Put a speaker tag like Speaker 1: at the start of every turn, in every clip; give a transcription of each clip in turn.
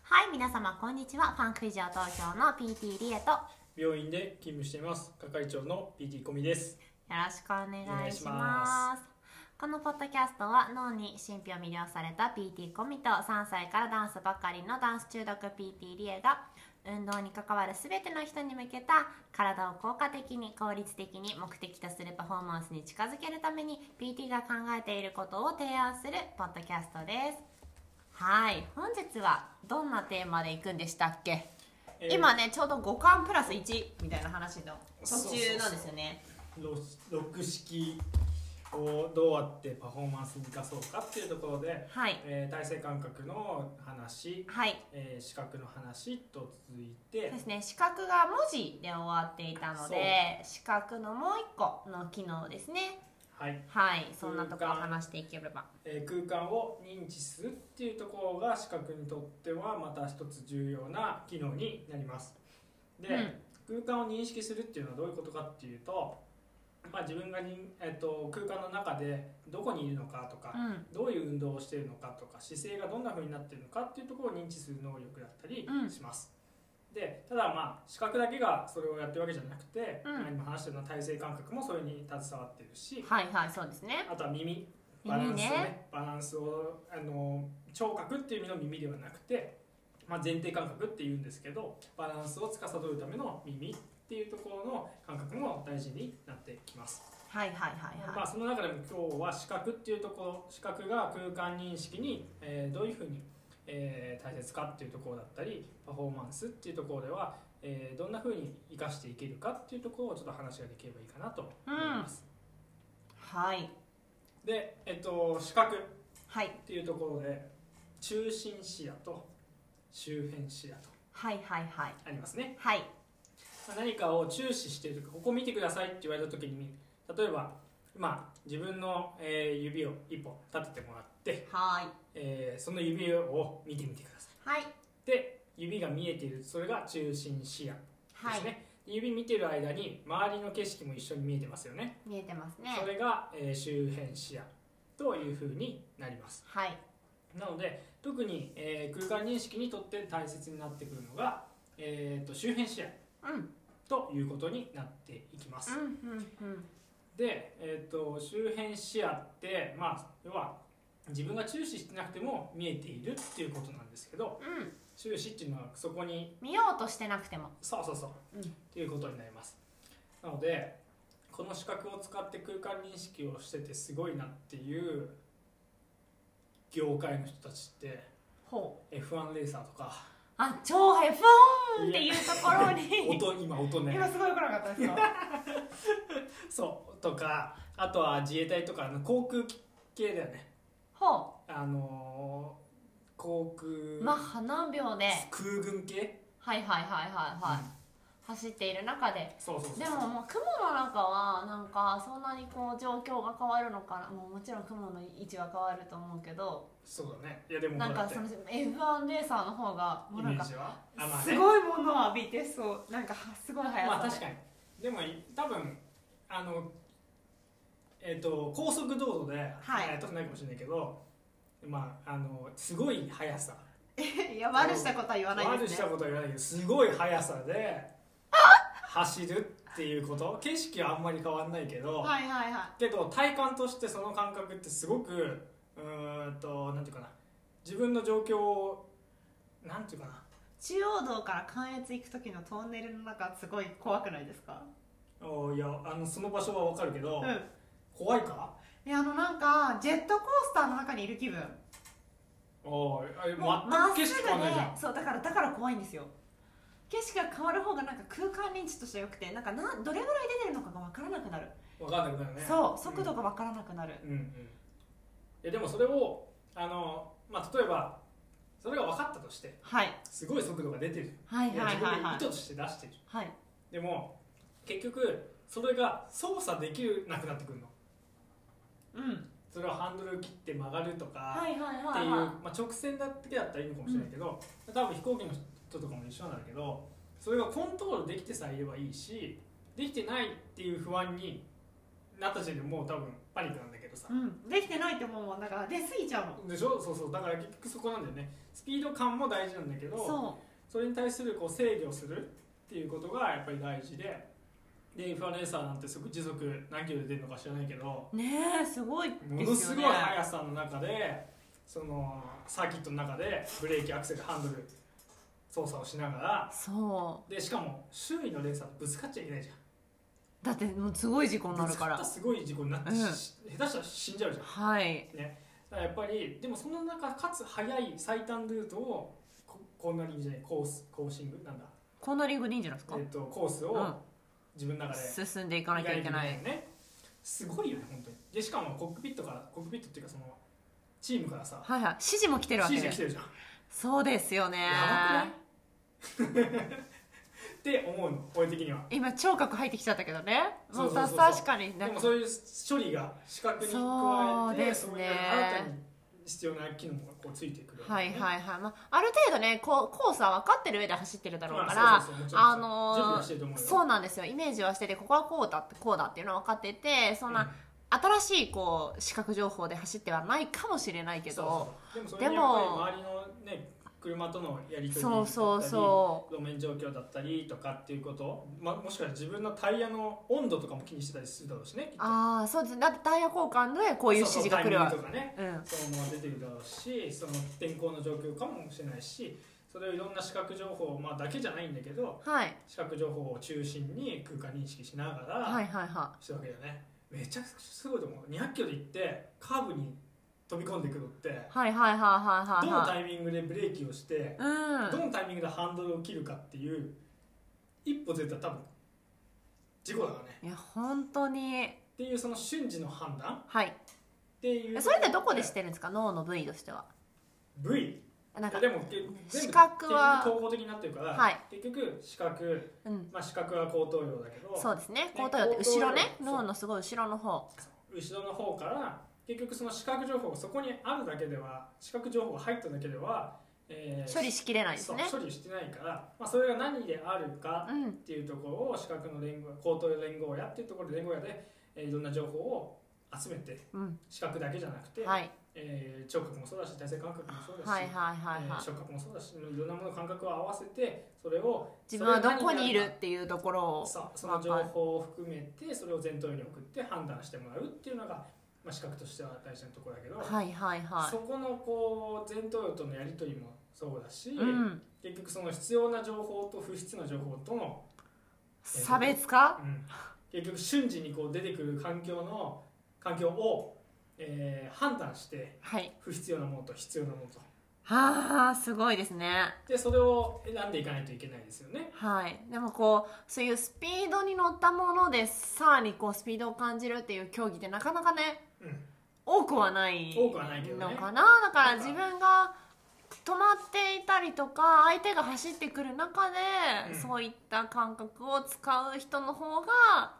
Speaker 1: こんにちはファンク以上東京の PT リエとよ
Speaker 2: 病院で勤務しています係長の PT コミです
Speaker 1: ろしくお願いし
Speaker 2: お
Speaker 1: ま
Speaker 2: 願
Speaker 1: すこのポッドキャストは脳に神秘を魅了された PT コミと3歳からダンスばかりのダンス中毒 PT リエが運動に関わる全ての人に向けた体を効果的に効率的に目的とするパフォーマンスに近づけるために PT が考えていることを提案するポッドキャストですはい本日はどんなテーマでいくんでしたっけ
Speaker 2: えー
Speaker 1: 今ねちょうど5巻プラス1みたいな話の途
Speaker 2: そうそうそう
Speaker 1: 中なんですよね
Speaker 2: ロロック式をどうやってパフォーマンスに生かそうかっていうところで、
Speaker 1: はい
Speaker 2: えー体制感覚の話、
Speaker 1: はい
Speaker 2: えー視覚の話と続い
Speaker 1: そう
Speaker 2: て
Speaker 1: ですね視覚が文字で終わっていたので視覚のもう一個の機能ですね
Speaker 2: はい、
Speaker 1: はいそんなところを話していければ
Speaker 2: えー空間を認知するっていうところが視覚にとってはまた一つ重要な機能になりますで、空間を認識するっていうのはどういうことかっていうと、まあ、自分がにん、えっと空間の中でどこにいるのかとか
Speaker 1: う、んうん
Speaker 2: どういう運動をしているのかとか姿勢がどんな風になっているのかっていうところを認知する能力だったり
Speaker 1: うん
Speaker 2: します、でただまあ視覚だけがそれをやってるわけじゃなくて、
Speaker 1: うん
Speaker 2: 今話してるのは体勢感覚もそれに携わってるし
Speaker 1: はいはいそうですね
Speaker 2: あとは耳バラ
Speaker 1: 耳
Speaker 2: ンスをね
Speaker 1: ね
Speaker 2: バランスをあの聴覚っていう意味の耳ではなくて、まあ、前提感覚っていうんですけどバランスを司るための耳っていうところの感覚も大事になってきます
Speaker 1: はいはいはい
Speaker 2: ま
Speaker 1: は
Speaker 2: あ、その中でも今日は視覚っていうところ視覚が空間認識に、えーどういうふうに、えー大切かっていうところだったりパフォーマンスっていうところでは、えーどんなふうに生かしていけるかっていうところをちょっと話ができればいいかなと思います、
Speaker 1: いはい
Speaker 2: で、えっと、視覚っ
Speaker 1: はい
Speaker 2: ていうところで中心視野と周辺視野と
Speaker 1: はいはいはい
Speaker 2: ありますね
Speaker 1: はい
Speaker 2: まあ何かを注視しているとかここ見てくださいって言われた時に例えばまあ自分の、えー指を1本立ててもらって、
Speaker 1: はい
Speaker 2: えーその指を見てみてくださ
Speaker 1: はい
Speaker 2: いで指が見えているそれが中心視野で
Speaker 1: はい
Speaker 2: すね、で指見てる間に周りの景色も一緒に見えてますよね
Speaker 1: 見えてますね
Speaker 2: それが、えー周辺視野というふうになります
Speaker 1: はい
Speaker 2: なので特に、えー空間認識にとって大切になってくるのが、えー、と周辺視野
Speaker 1: うんうん
Speaker 2: ということになっていきます、
Speaker 1: うんうん
Speaker 2: で、えー、と周辺視野って、まあ、要は自分が注視してなくても見えているっていうことなんですけど
Speaker 1: うん
Speaker 2: 注視っていうのはそこに
Speaker 1: 見ようとしてなくても
Speaker 2: そうそうそう、
Speaker 1: うん
Speaker 2: っていうことになりますなのでこの視覚を使って空間認識をしててすごいなっていう業界の人たちって
Speaker 1: ほう
Speaker 2: F1 レーサーと か
Speaker 1: あ超ヘフォーンっていうところに
Speaker 2: 音今音ね
Speaker 1: 今すごい来なかったです よ
Speaker 2: そうとかあとは自衛隊とかあの航空系だよね
Speaker 1: ほ
Speaker 2: あのー航
Speaker 1: う
Speaker 2: 空、
Speaker 1: まあ花秒で
Speaker 2: 空軍系、
Speaker 1: はいはいはいはいはい、
Speaker 2: うん
Speaker 1: 走っている中で
Speaker 2: そうそうそう
Speaker 1: でももう雲の中はなんかそんなにこう状況が変わるのかなもうもちろん雲の位置は変わると思うけど
Speaker 2: そうだねいやでも
Speaker 1: なん
Speaker 2: だ
Speaker 1: か
Speaker 2: って
Speaker 1: その F1 レーサーの方がもう
Speaker 2: イ
Speaker 1: な
Speaker 2: メ
Speaker 1: んか
Speaker 2: ージはあまあ
Speaker 1: す
Speaker 2: ね
Speaker 1: ごいものを浴びてそうなんかはすごい速さで、
Speaker 2: まあ確かにでも多分あのえっ、と高速道路で、
Speaker 1: はい
Speaker 2: えーとないかもしれないけどまああのすごい速さ
Speaker 1: いや悪したことは言わない
Speaker 2: 悪
Speaker 1: で
Speaker 2: し
Speaker 1: す
Speaker 2: た
Speaker 1: ね
Speaker 2: ことは言わないけどすごい速さで走るっていうこと景色はあんまり変わんないけど、
Speaker 1: はいはいはい
Speaker 2: けど体感としてその感覚ってすごくうーんとなんていうかな自分の状況をなんていうかな
Speaker 1: 中央道から関越行く時のトンネルの中すごい怖くないですか
Speaker 2: おいやあのその場所はわかるけど、
Speaker 1: うん
Speaker 2: 怖いか
Speaker 1: いやあのなんかジェットコースターの中にいる気分
Speaker 2: おいあれ
Speaker 1: もう
Speaker 2: 全く景色変わんないじゃん
Speaker 1: まっすぐでそうだからだから怖いんですよ景色が変わる方がなんか空間認知としてよくてなんかなどれぐらい出てるのかが分からなくなる、
Speaker 2: わかんなくなるね
Speaker 1: そう速度が分からなくなる、
Speaker 2: うんうんうんいやでもそれをあの、まあ、例えばそれが分かったとして
Speaker 1: はい、
Speaker 2: すごい速度が出てる、
Speaker 1: はいはいはい
Speaker 2: や自分
Speaker 1: はい
Speaker 2: で意図として出してる
Speaker 1: はい
Speaker 2: でも結局それが操作できなくなってくるの
Speaker 1: うん
Speaker 2: それはハンドル切って曲がるとか、
Speaker 1: はいはいはい
Speaker 2: っていう、
Speaker 1: は
Speaker 2: まあ、直線だけだったらいいのかもしれないけど、多分飛行機の人とかも一緒なんだけどそれがコントロールできてさえいればいいしできてないっていう不安になった時点でもう多分パニックなんだけどさ
Speaker 1: い、うん、できてないと思うもんだから出過ぎちゃうもん
Speaker 2: でしょそうそうだから結局そこなんだよねスピード感も大事なんだけど
Speaker 1: そ
Speaker 2: それに対するこう制御するっていうことがやっぱり大事ででインフルエンサーなんて即時速何キロで出るのか知らないけど
Speaker 1: ねえすごいですよね
Speaker 2: ものすごい速さの中でそのサーキットの中でブレーキアクセルハンドル操作をしながら
Speaker 1: そ
Speaker 2: でしかも周囲のレーサーとぶつかっちゃいけないじゃん
Speaker 1: うだってもうすごい事故にな
Speaker 2: ぶ
Speaker 1: る
Speaker 2: つか
Speaker 1: か
Speaker 2: った
Speaker 1: ら
Speaker 2: らすごい事故になって、
Speaker 1: うん
Speaker 2: し下手したら死んじゃうじゃん
Speaker 1: はい
Speaker 2: だからやっぱりでもその中かつ速い最短ルートをこコーナリングじゃないコースコーシングなんだ、
Speaker 1: コーナリングでいいんじゃないですか、
Speaker 2: えっとコース
Speaker 1: うん
Speaker 2: を自分の中で
Speaker 1: 進んでいかなきゃいけない
Speaker 2: よねすごいよね本当にでしかもコックピットからコックピットっていうかそのチームからさ
Speaker 1: はいはい指示も来てるわけ
Speaker 2: 指
Speaker 1: で
Speaker 2: 示来てるじゃん
Speaker 1: そうですよね
Speaker 2: やばくないって思うの俺的には
Speaker 1: 今聴覚入ってきちゃったけどねもう
Speaker 2: そうそう
Speaker 1: さ
Speaker 2: そうそ
Speaker 1: 確
Speaker 2: う
Speaker 1: かに
Speaker 2: で
Speaker 1: なん
Speaker 2: も
Speaker 1: か
Speaker 2: そういう処理が視覚に加えて
Speaker 1: そうですね
Speaker 2: そういう新たに必要な機能がこうついてくるわ
Speaker 1: は
Speaker 2: け
Speaker 1: い
Speaker 2: ね、
Speaker 1: はいはい、まあ、ある程度ねこうコースは分かってる上で走ってるだろうから、
Speaker 2: まそうそうそうもちろん
Speaker 1: あのー
Speaker 2: 準備はしてると思うよ
Speaker 1: そうなんですよイメージはしててここはこうだってこうだっていうのは分かっててそんな、新しいこう視覚情報で走ってはないかもしれないけど
Speaker 2: そうそうでもそれに
Speaker 1: で
Speaker 2: やっ
Speaker 1: も
Speaker 2: ぱり周りのね車とのやり取りだったり
Speaker 1: そうそうそ
Speaker 2: 路面状況だったりとかっていうこと、ま、もしかしたら自分のタイヤの温度とかも気にしてたりするだろうしねきっ
Speaker 1: う
Speaker 2: と
Speaker 1: ああそうですだってタイヤ交換でこういう指示が来るわ
Speaker 2: そうそうタイミングとかね
Speaker 1: うん
Speaker 2: そういうのが出てくるだろうしその天候の状況かもしれないしそれをいろんな視覚情報、まあ、だけじゃないんだけど
Speaker 1: はい
Speaker 2: 視覚情報を中心に空間認識しなが
Speaker 1: はい
Speaker 2: ら
Speaker 1: はいは
Speaker 2: してるわけだよね、めちゃくちゃすごいと思う200キロで行ってカーブに飛び込んでくるって
Speaker 1: いはいはいはいはい
Speaker 2: どの
Speaker 1: は
Speaker 2: タイミングでブレーキをして
Speaker 1: いはい
Speaker 2: ど
Speaker 1: うん
Speaker 2: のタイミングでハンドルを切るかっていう一歩ずれたら多分事故だからね
Speaker 1: いや本当に
Speaker 2: っていうその瞬時の判断っ
Speaker 1: はい
Speaker 2: ていう
Speaker 1: それってどこでしてるんですか脳の部位としては
Speaker 2: V
Speaker 1: なんか
Speaker 2: でも全
Speaker 1: 視
Speaker 2: 部
Speaker 1: 覚は
Speaker 2: 結局統合的になってるから、
Speaker 1: はい
Speaker 2: 結局視覚、
Speaker 1: うん
Speaker 2: まあ、視覚は後頭葉だけど
Speaker 1: そうですね後頭葉って後ろね
Speaker 2: 後頭葉
Speaker 1: 脳のすごい後ろの方
Speaker 2: 後ろの方から結局その視覚情報がそこにあるだけでは視覚情報が入っただけでは、えー
Speaker 1: 処理しきれないですね
Speaker 2: そう処理してないから、まあ、それが何であるか
Speaker 1: うん
Speaker 2: っていうところを資格の連合高等連合やっていうところで連合やで、えーいろんな情報を集めて
Speaker 1: うん
Speaker 2: 資格だけじゃなくて、
Speaker 1: はい
Speaker 2: えー聴覚もそうだし体制感覚もそうだし、
Speaker 1: はいはいはい
Speaker 2: え
Speaker 1: は
Speaker 2: ー
Speaker 1: い
Speaker 2: 触覚もそうだしいろんなもの感覚を合わせてそれを
Speaker 1: 自分はどこにい
Speaker 2: それが何であ
Speaker 1: る
Speaker 2: か
Speaker 1: っていうところを
Speaker 2: さその情報を含めてそれを前頭葉に送って判断してもらうっていうのが、まあ、資格としては大事なところだけど、
Speaker 1: はいはいは
Speaker 2: そこのこう前頭葉とのやり取りもそうだし、
Speaker 1: いうん
Speaker 2: 結局その必要な情報と不必要な情報との
Speaker 1: 差別化
Speaker 2: うん結局瞬時にこう出てくる環境の環境を、えー判断して
Speaker 1: はい
Speaker 2: 不必要なものと必要なものと
Speaker 1: はあすごいですね
Speaker 2: でそれを選んでいかないといけないですよね
Speaker 1: はいでもこうそういうスピードに乗ったものでさらにこうスピードを感じるっていう競技ってなかなかね
Speaker 2: うん
Speaker 1: 多くはない
Speaker 2: 多くはないけどね
Speaker 1: のかなだから自分が止まっていたりとか相手が走ってくる中で、
Speaker 2: うん
Speaker 1: そういった感覚を使う人の方が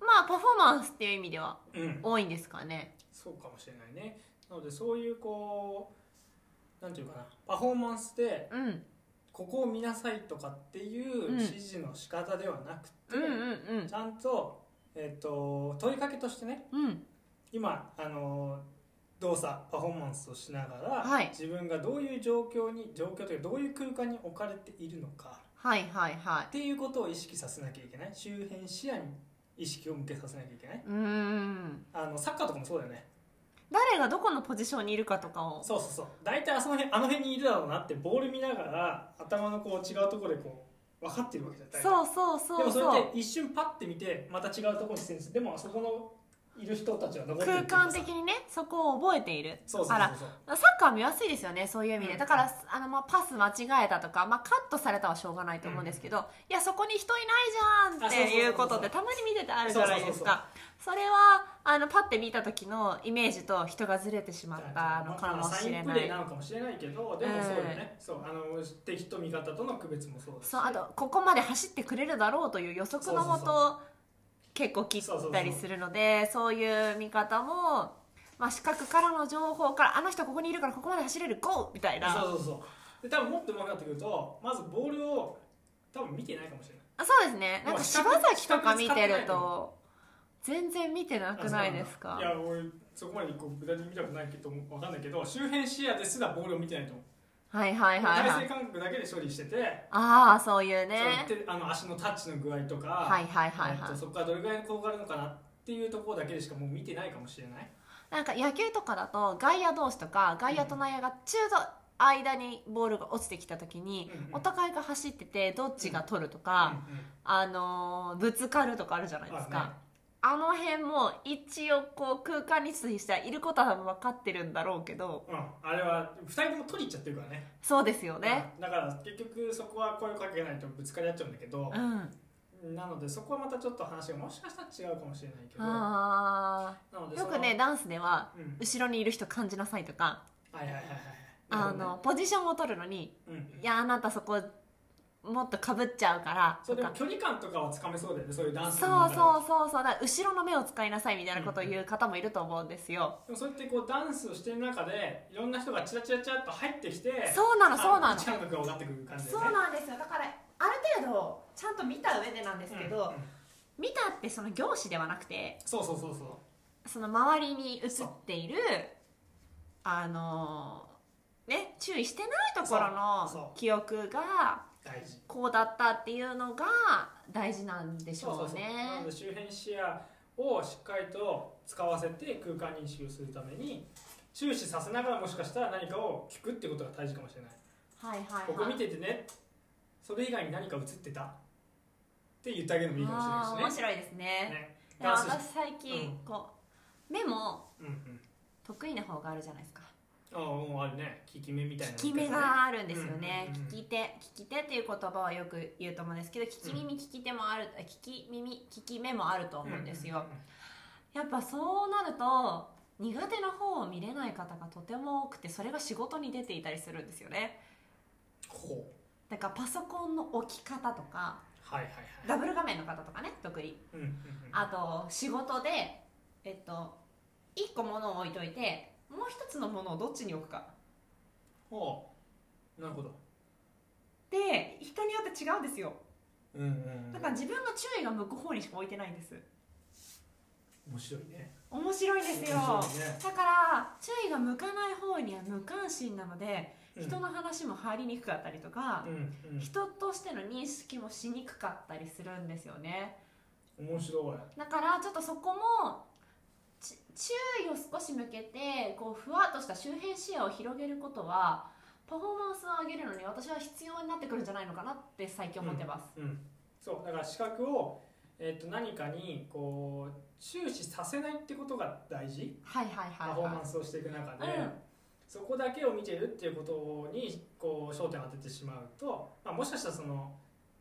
Speaker 1: まあパフォーマンスっていう意味では
Speaker 2: うん
Speaker 1: 多いんですかね
Speaker 2: そうかもしれないねなのでそういうこうなんていうかなパフォーマンスで
Speaker 1: うんうん
Speaker 2: ここを見なさいとかっていう
Speaker 1: うん
Speaker 2: 指示の仕方ではなくて、
Speaker 1: うんうん
Speaker 2: ちゃんと,、えっと問いかけとしてね
Speaker 1: うん
Speaker 2: 今あの動作パフォーマンスをしながら、
Speaker 1: はい
Speaker 2: 自分がどういう状況に状況というかどういう空間に置かれているのか
Speaker 1: はいはいは
Speaker 2: っていうことを意識させなきゃいけない周辺視野に意識を向けさせなきゃいけない
Speaker 1: いうーん
Speaker 2: あのサッカーとかもそうだよね
Speaker 1: 誰がどこのポジションにいるかとかを
Speaker 2: そうそうそう大体あその辺あの辺にいるだろうなってボール見ながら頭のこう違うところでこう分かってるわけじゃん大体
Speaker 1: そうそうそう
Speaker 2: で
Speaker 1: そ
Speaker 2: もそれっ
Speaker 1: う
Speaker 2: て一瞬パッて見てまた違うところに選手でもあそこのいる人たちは残ってるって
Speaker 1: 空
Speaker 2: い
Speaker 1: 間
Speaker 2: うかさ
Speaker 1: 的にねそこを覚えている
Speaker 2: そうそう
Speaker 1: あ
Speaker 2: そう
Speaker 1: ら
Speaker 2: そう
Speaker 1: サッカー見やすいですよねそういう意味で、
Speaker 2: うん
Speaker 1: だからあの、まあ、パス間違えたとか、まあ、カットされたはしょうがないと思うんですけど、いやそこに人いない
Speaker 2: あ
Speaker 1: じ
Speaker 2: そう
Speaker 1: ゃん
Speaker 2: そう
Speaker 1: っ
Speaker 2: そう
Speaker 1: て
Speaker 2: そう
Speaker 1: いうことってたまに見ててあるじゃないですかそれはあのパッて見た時のイメージと人がずれてしまったのかもしれ
Speaker 2: まあサインプ
Speaker 1: な
Speaker 2: レー
Speaker 1: い
Speaker 2: なのかもしれないけどでもそうよね、そうあの敵と味方との区別もそうだし
Speaker 1: そうあとここまで走ってくれるだろうという予測のも
Speaker 2: そうそ
Speaker 1: と結構切ったりするのでそういう見方も、まあ、視覚からの情報からあの人ここにいるからここまで走れるゴーみたいな
Speaker 2: そうそうそうで多分もっと上手くなってくるとまずボールを多分見てないかもしれない
Speaker 1: あそうですねなん
Speaker 2: も
Speaker 1: か
Speaker 2: う
Speaker 1: 柴崎とか見てると全然見てなくないです
Speaker 2: あ
Speaker 1: か
Speaker 2: そうなんだいや俺そこまでこう具体的に見たくないけど分かんないけど周辺視野ですらボールを見てないと思う
Speaker 1: はいはいはいは
Speaker 2: 体
Speaker 1: い
Speaker 2: 勢感覚だけで処理してて、
Speaker 1: ああそういう
Speaker 2: そう
Speaker 1: ね
Speaker 2: 手あの足のタッチの具合とか、
Speaker 1: はいはいはい
Speaker 2: えっ
Speaker 1: は
Speaker 2: と
Speaker 1: い
Speaker 2: そこからどれぐらい転がるのかなっていうところだけでしかもう見てないかもしれない
Speaker 1: なんか野球とかだと外野同士とか外野と内野が中途間にボールが落ちてきた時に
Speaker 2: うんうん
Speaker 1: お互いが走っててどっちが取るとか、
Speaker 2: うんうん
Speaker 1: あのーぶつかるとかあるじゃないです
Speaker 2: あるね
Speaker 1: かあの辺も一応こう空間に推したらいることは分かってるんだろうけど
Speaker 2: うん、あれは2人とも取りに行っちゃってるからね
Speaker 1: そうですよね
Speaker 2: うんだから結局そこは声をかけないとぶつかり合っちゃうんだけど
Speaker 1: う、ん
Speaker 2: なのでそこはまたちょっと話がもしかしたら違うかもしれないけど、な
Speaker 1: あ
Speaker 2: の
Speaker 1: ー
Speaker 2: で
Speaker 1: よ
Speaker 2: その
Speaker 1: くね、ダンスでは
Speaker 2: うん、
Speaker 1: 後ろにいる人感じなさいとか
Speaker 2: はいはいはいはい
Speaker 1: あの、ポジションを取るのに
Speaker 2: うんうん
Speaker 1: いやあなたそこもっとかぶっちゃうから
Speaker 2: そ
Speaker 1: と
Speaker 2: れでも
Speaker 1: か
Speaker 2: 距離感とかはつかめそうだよねそういうダンス
Speaker 1: そう
Speaker 2: の中で
Speaker 1: そうそうそうだから後ろの目を使いなさいみたいなことを言う方もいると思うんですよ、
Speaker 2: でもそうやってこうダンスをしてる中でいろんな人がチラチラチラっと入ってきて
Speaker 1: そうなのそうなの
Speaker 2: 感覚が分かってくる感じだ
Speaker 1: そう
Speaker 2: よね
Speaker 1: なんですよだからある程度ちゃんと見た上でなんですけど、
Speaker 2: うんうん
Speaker 1: 見たってその業種ではなくて
Speaker 2: そうそうそうそう
Speaker 1: その周りに映っているあのーね注意してないところ
Speaker 2: そうそ
Speaker 1: の
Speaker 2: う
Speaker 1: 記憶が
Speaker 2: 大事
Speaker 1: こうだったっていうのが大事なんでし
Speaker 2: そうそう
Speaker 1: ょう
Speaker 2: そうなの
Speaker 1: ね
Speaker 2: で周辺視野をしっかりと使わせて空間認識をするために注視させながらもしかしたら何かを聞くってことが大事かもしれない
Speaker 1: はいはい
Speaker 2: ここ
Speaker 1: は
Speaker 2: 見
Speaker 1: い
Speaker 2: ててねそれ以外に何か映ってたって言ってあげるのもいいかも
Speaker 1: あー
Speaker 2: しれない
Speaker 1: 面
Speaker 2: しね
Speaker 1: 白いですね
Speaker 2: ね
Speaker 1: いや
Speaker 2: ダンスし
Speaker 1: 私最近
Speaker 2: うん
Speaker 1: こう目も
Speaker 2: うんうん
Speaker 1: 得意な方があるじゃないですか
Speaker 2: ああもうあるね効き目みたいな
Speaker 1: 効き目があるんですよね
Speaker 2: うんうんうん
Speaker 1: 聞き手聞き手っていう言葉はよく言うと思うんですけど聞き耳聞き手もあるあ聞き耳聞き目もあると思うんですよやっぱそうなると苦手な方を見れない方がとても多くてそれが仕事に出ていたりするんですよね
Speaker 2: ほう
Speaker 1: だからパソコンの置き方とか
Speaker 2: はいはい
Speaker 1: ダ
Speaker 2: はい
Speaker 1: ブル画面の方とかね特に
Speaker 2: うんうんうん
Speaker 1: あと仕事でえっと1個物を置いといてもう一つのものをどっちに置くか
Speaker 2: ほうなるほど
Speaker 1: で人によって違うんですよ
Speaker 2: うんうんうん
Speaker 1: だから自分の注意が向く方にしか置いてないんです
Speaker 2: 面白いね
Speaker 1: 面白いですよ
Speaker 2: 面白いね
Speaker 1: だから注意が向かない方には無関心なので人
Speaker 2: うん
Speaker 1: の話も入りにくかったりとか
Speaker 2: う、ん
Speaker 1: 人としての認識もしにくかったりするんですよね
Speaker 2: うん面白い
Speaker 1: だからちょっとそこもち注意を少し向けてこうふわっとした周辺視野を広げることはパフォーマンスを上げるのに私は必要になってくるんじゃないのかなって最近思ってます、
Speaker 2: うん、そうだから視覚を、えっと何かにこう注視させないってことが大事
Speaker 1: はいはい
Speaker 2: パ
Speaker 1: はい
Speaker 2: フォー
Speaker 1: は
Speaker 2: マンスをしていく中で、
Speaker 1: うん
Speaker 2: そこだけを見てるっていうことにこう焦点を当ててしまうと、まあ、もしかしたらその、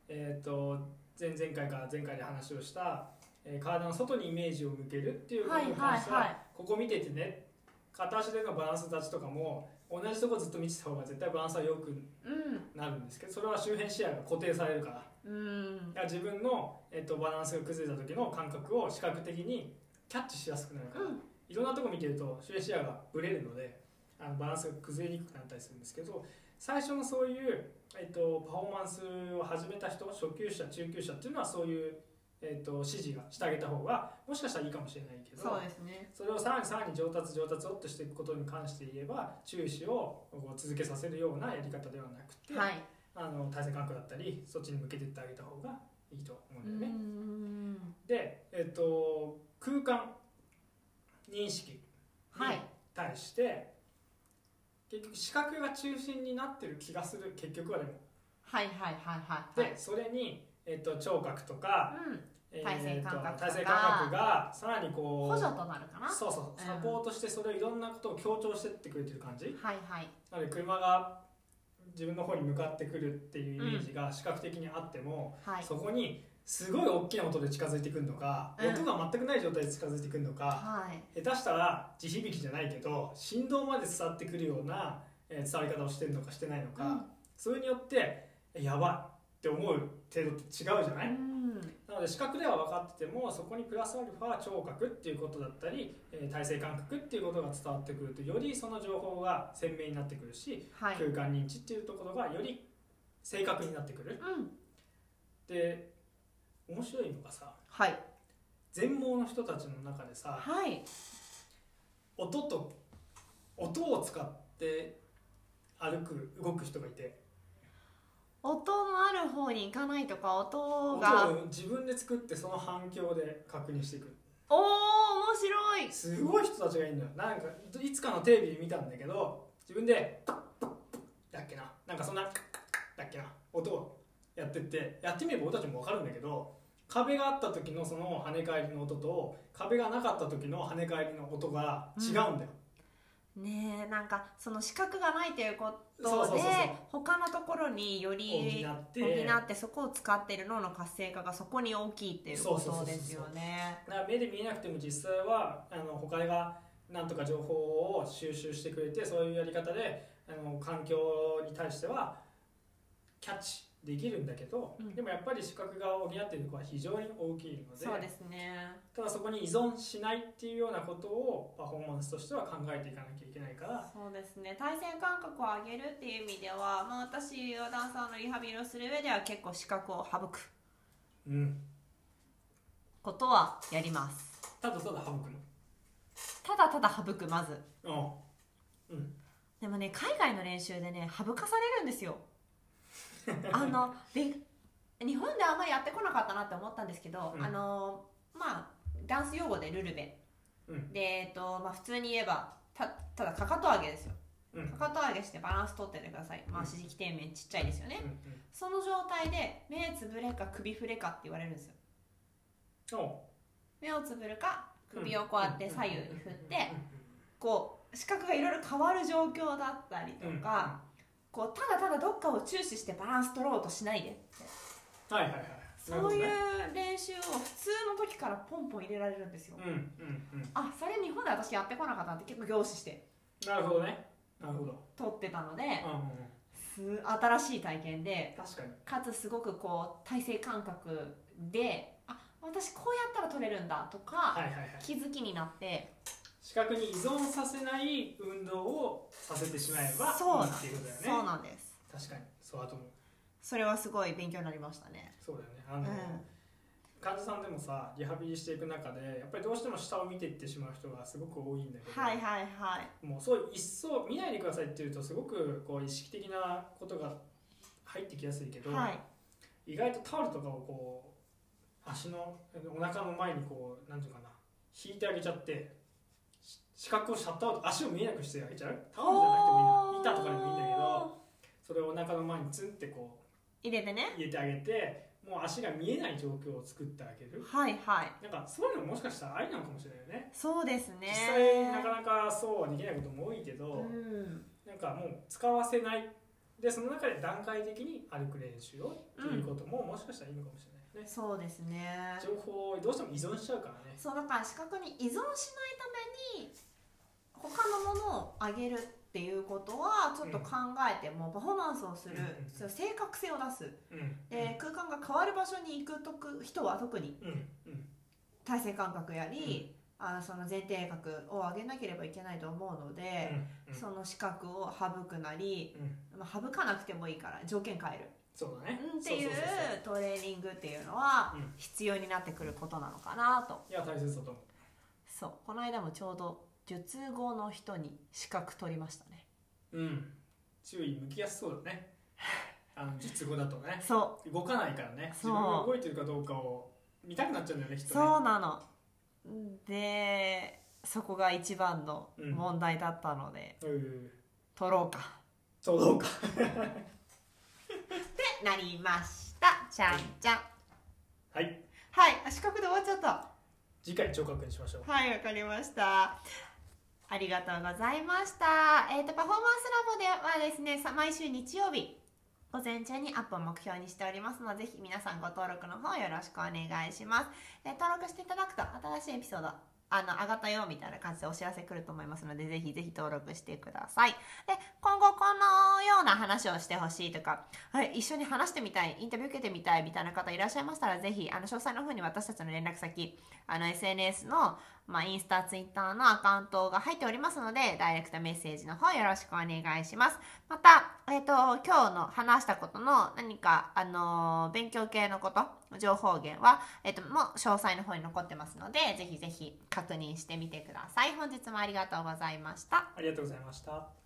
Speaker 2: えっと前々回から前回で話をした、えー体の外にイメージを向けるっていうことに関しては,、
Speaker 1: はいはいはい
Speaker 2: ここ見ててね片足でのバランス立ちとかも同じとこずっと見てた方が絶対バランスは良く
Speaker 1: いうん
Speaker 2: なるんですけどそれは周辺視野が固定されるから。
Speaker 1: うん
Speaker 2: いや自分の、えっと、バランスが崩れた時の感覚を視覚的にキャッチしやすくなるから、
Speaker 1: うん
Speaker 2: いろんなとこ見てると主演視野がぶれるのであのバランスが崩れにくくなったりするんですけど最初のそういう、えっと、パフォーマンスを始めた人初級者中級者っていうのはそういう、えっと、指示がしてあげた方がもしかしたらいいかもしれないけど
Speaker 1: そうですね
Speaker 2: それをさらにさらに上達上達をっとしていくことに関して言えば注視をこう続けさせるようなやり方ではなくて、
Speaker 1: はい
Speaker 2: あの対戦感覚だったりそっちに向けてってあげた方がいいと思うんだよね。
Speaker 1: ん
Speaker 2: で、えっと空間認識に
Speaker 1: はい
Speaker 2: 対して、結局視覚が中心になってる気がする結局はでも。
Speaker 1: はいはいはいはい
Speaker 2: で、
Speaker 1: はい
Speaker 2: それに、えっと聴覚とか、えー
Speaker 1: 対戦感覚とか
Speaker 2: えっと対戦感覚がさらに
Speaker 1: うん
Speaker 2: こ
Speaker 1: 補
Speaker 2: う
Speaker 1: 助となるかな
Speaker 2: そうそうサポートしてそれをいろんなことを強調してってくれてる感じ。
Speaker 1: はいはい
Speaker 2: なので車が自分の方に向かってくるっていうイメージが視覚的にあっても、
Speaker 1: はい
Speaker 2: そこにすごい大きな音で近づいてくるのか、
Speaker 1: うん
Speaker 2: 音が全くない状態で近づいてくるのか、
Speaker 1: はい
Speaker 2: 下手したら地響きじゃないけど振動まで伝わってくるような、えー伝わり方をしてるのかしてないのか、
Speaker 1: うん
Speaker 2: それによってえやばいって思う程度って違うじゃない、
Speaker 1: うん
Speaker 2: なので視覚では分かっててもそこにプラスアルファ聴覚っていうことだったり、えー体勢感覚っていうことが伝わってくるとよりその情報が鮮明になってくるし、
Speaker 1: はい
Speaker 2: 空間認知っていうところがより正確になってくる。
Speaker 1: うん
Speaker 2: で面白いのがさ
Speaker 1: はい
Speaker 2: 全盲の人たちの中でさ
Speaker 1: はい
Speaker 2: 音と音を使って歩く動く人がいて
Speaker 1: 音のある方に行かないとか音
Speaker 2: 音
Speaker 1: が
Speaker 2: を自分で作ってその反響で確認していく
Speaker 1: おお面白い
Speaker 2: すごい人たちがいるんだよなんかいつかのテレビで見たんだけど自分でだっけななんかそんなだっけな音をやってってやってみれば俺たちも分かるんだけど壁があった時のその跳ね返りの音と壁がなかった時の跳ね返りの音が違うんだよ、
Speaker 1: ねえなんかその資格がないというこ
Speaker 2: そう
Speaker 1: と
Speaker 2: そうそう
Speaker 1: で
Speaker 2: そう
Speaker 1: 他のところにより
Speaker 2: 補って
Speaker 1: 補ってそこを使ってる脳の活性化がそこに大きいっていうこ
Speaker 2: そうそ
Speaker 1: と
Speaker 2: うそう
Speaker 1: で
Speaker 2: そう
Speaker 1: すよね。
Speaker 2: だから目で見えなくても実際はあの他がなんとか情報を収集してくれてそういうやり方であの環境に対してはキャッチできるんだけど、
Speaker 1: うん
Speaker 2: でもやっぱり視覚が補っているところは非常に大きいので
Speaker 1: そうですね。
Speaker 2: ただそこに依存しないっていうようなことをパフォーマンスとしては考えていかなきゃいけないから
Speaker 1: そうですね対戦感覚を上げるっていう意味では、まあ、私はダンサーのリハビリをする上では結構視覚を省く
Speaker 2: うん
Speaker 1: ことはやります
Speaker 2: ただただ省く
Speaker 1: ただただ省くまず
Speaker 2: のうんうん
Speaker 1: でもね海外の練習でね省かされるんです よあのび日本であんまりやってこなかったなって思ったんですけど、
Speaker 2: うん
Speaker 1: あのまあダンス用語でルルベ、
Speaker 2: うん
Speaker 1: でえっと、まあ、普通に言えばたただかかと上げですよ
Speaker 2: うん
Speaker 1: かかと上げしてバランス取っててくださいまあ支持底面ちっちゃいですよね、
Speaker 2: うん
Speaker 1: その状態で目つぶれか首振れかって言われるんですよ
Speaker 2: うんお
Speaker 1: 目をつぶるか首をこうやって左右に振って
Speaker 2: うん
Speaker 1: こう視覚がいろいろ変わる状況だったりと
Speaker 2: うんうん
Speaker 1: かこうただただどっかを注視してバランス取ろうとしないでって
Speaker 2: はいはいはいなるほ
Speaker 1: そう
Speaker 2: ど
Speaker 1: いう
Speaker 2: ね
Speaker 1: 練習を普通の時からポンポン入れられるんですよ
Speaker 2: うんうんうん
Speaker 1: あそれ日本で私やってこなかったって結構凝視して
Speaker 2: なるほどねなるほど
Speaker 1: 取ってたのです
Speaker 2: うんうんうん
Speaker 1: す新しい体験で
Speaker 2: 確かに
Speaker 1: かつすごくこう体勢感覚であ私こうやったら取れるんだとか、
Speaker 2: はいはいはい
Speaker 1: 気づきになって
Speaker 2: 視覚に依存させない運動をさせてしまえば
Speaker 1: そうないん
Speaker 2: い
Speaker 1: で
Speaker 2: っていうことだ
Speaker 1: そ
Speaker 2: よ
Speaker 1: う
Speaker 2: ね
Speaker 1: なんです
Speaker 2: 確かにそうだと思う
Speaker 1: それはすごい勉強になりましたね
Speaker 2: そうだよねあの、
Speaker 1: うん
Speaker 2: 患者さんでもさリハビリしていく中でやっぱりどうしても下を見ていってしまう人がすごく多いんだけど、
Speaker 1: はいはいはい
Speaker 2: もうそう一層見ないでくださいっていうとすごくこう意識的なことが入ってきやすいけど、
Speaker 1: はい
Speaker 2: 意外とタオルとかをこう足のお腹の前にこうなんていうかな引いてあげちゃってし視覚をシャットアウト足を見えなくしてあげちゃうタオルじゃなくてもいいな板とかでもいいんだけど
Speaker 1: おー
Speaker 2: それをお腹の前にツンってこ
Speaker 1: 入れてね
Speaker 2: う入れてあげてもう足が見えない状況を作ってあげる
Speaker 1: はいはい
Speaker 2: なんかそういうのももしかしたらありなのかもしれないよね
Speaker 1: そうですね
Speaker 2: 実際なかなかそうはできないことも多いけど、
Speaker 1: うん
Speaker 2: なんかもう使わせないでその中で段階的に歩く練習をっていうことももしかしたらいいのかもしれないよね、
Speaker 1: そうですね
Speaker 2: 情報をどうしても依存しちゃうからね
Speaker 1: そうだから視覚に依存しないために他のものをあげるっていうことはちょっと考えてもパフォーマンスをする
Speaker 2: うん
Speaker 1: そう正確性を出す
Speaker 2: うん
Speaker 1: で空間が変わる場所に行くとく人は特に
Speaker 2: うんうん
Speaker 1: 体勢感覚やり、あその前提角を上げなければいけないと思うので、
Speaker 2: うん
Speaker 1: その資格を省くなり、
Speaker 2: うん
Speaker 1: まあ、省かなくてもいいから条件変える、
Speaker 2: そうだね
Speaker 1: うんっていう
Speaker 2: そそそそ
Speaker 1: トレーニングっていうのは
Speaker 2: うん
Speaker 1: 必要になってくることなのかなと
Speaker 2: いや大切だと思う
Speaker 1: そうこの間もちょうど術後の人に資格取りましたね
Speaker 2: うん注意向きやすそうだねあの術後だとね
Speaker 1: そ
Speaker 2: 動かないからね自
Speaker 1: そう
Speaker 2: 分が動いてるかどうかを見たくなっちゃうんだよねきっ
Speaker 1: う
Speaker 2: とね
Speaker 1: そうなのでそこが一番の問題だったので、
Speaker 2: うん
Speaker 1: 取ろうか
Speaker 2: そうどうか
Speaker 1: ってなりましたちゃんちゃん
Speaker 2: はい
Speaker 1: はい、あ四角で終わっちゃった。
Speaker 2: 次回聴覚にしましょう
Speaker 1: はい、わかりました。ありがとうございました。えっ、と、パフォーマンスラボではですね、さ毎週日曜日、午前中にアップを目標にしておりますので、ぜひ皆さんご登録の方よろしくお願いします。えー登録していただくと、新しいエピソード、あの、上がったよみたいな感じでお知らせ来ると思いますので、ぜひぜひ登録してください。で、今後このような話をしてほしいとか、はい、一緒に話してみたい、インタビュー受けてみたいみたいな方いらっしゃいましたら、ぜひ、あの、詳細の方に私たちの連絡先、あの、SNS の、まあ、インスタ、ツイッターのアカウントが入っておりますので、ダイレクトメッセージの方よろしくお願いします。また、えっ、と、今日の話したことの何か、あのー勉強系のこと、情報源は、えっ、と、もう詳細の方に残ってますので、ぜひぜひ確認してみてください。本日もありがとうございました。
Speaker 2: ありがとうございました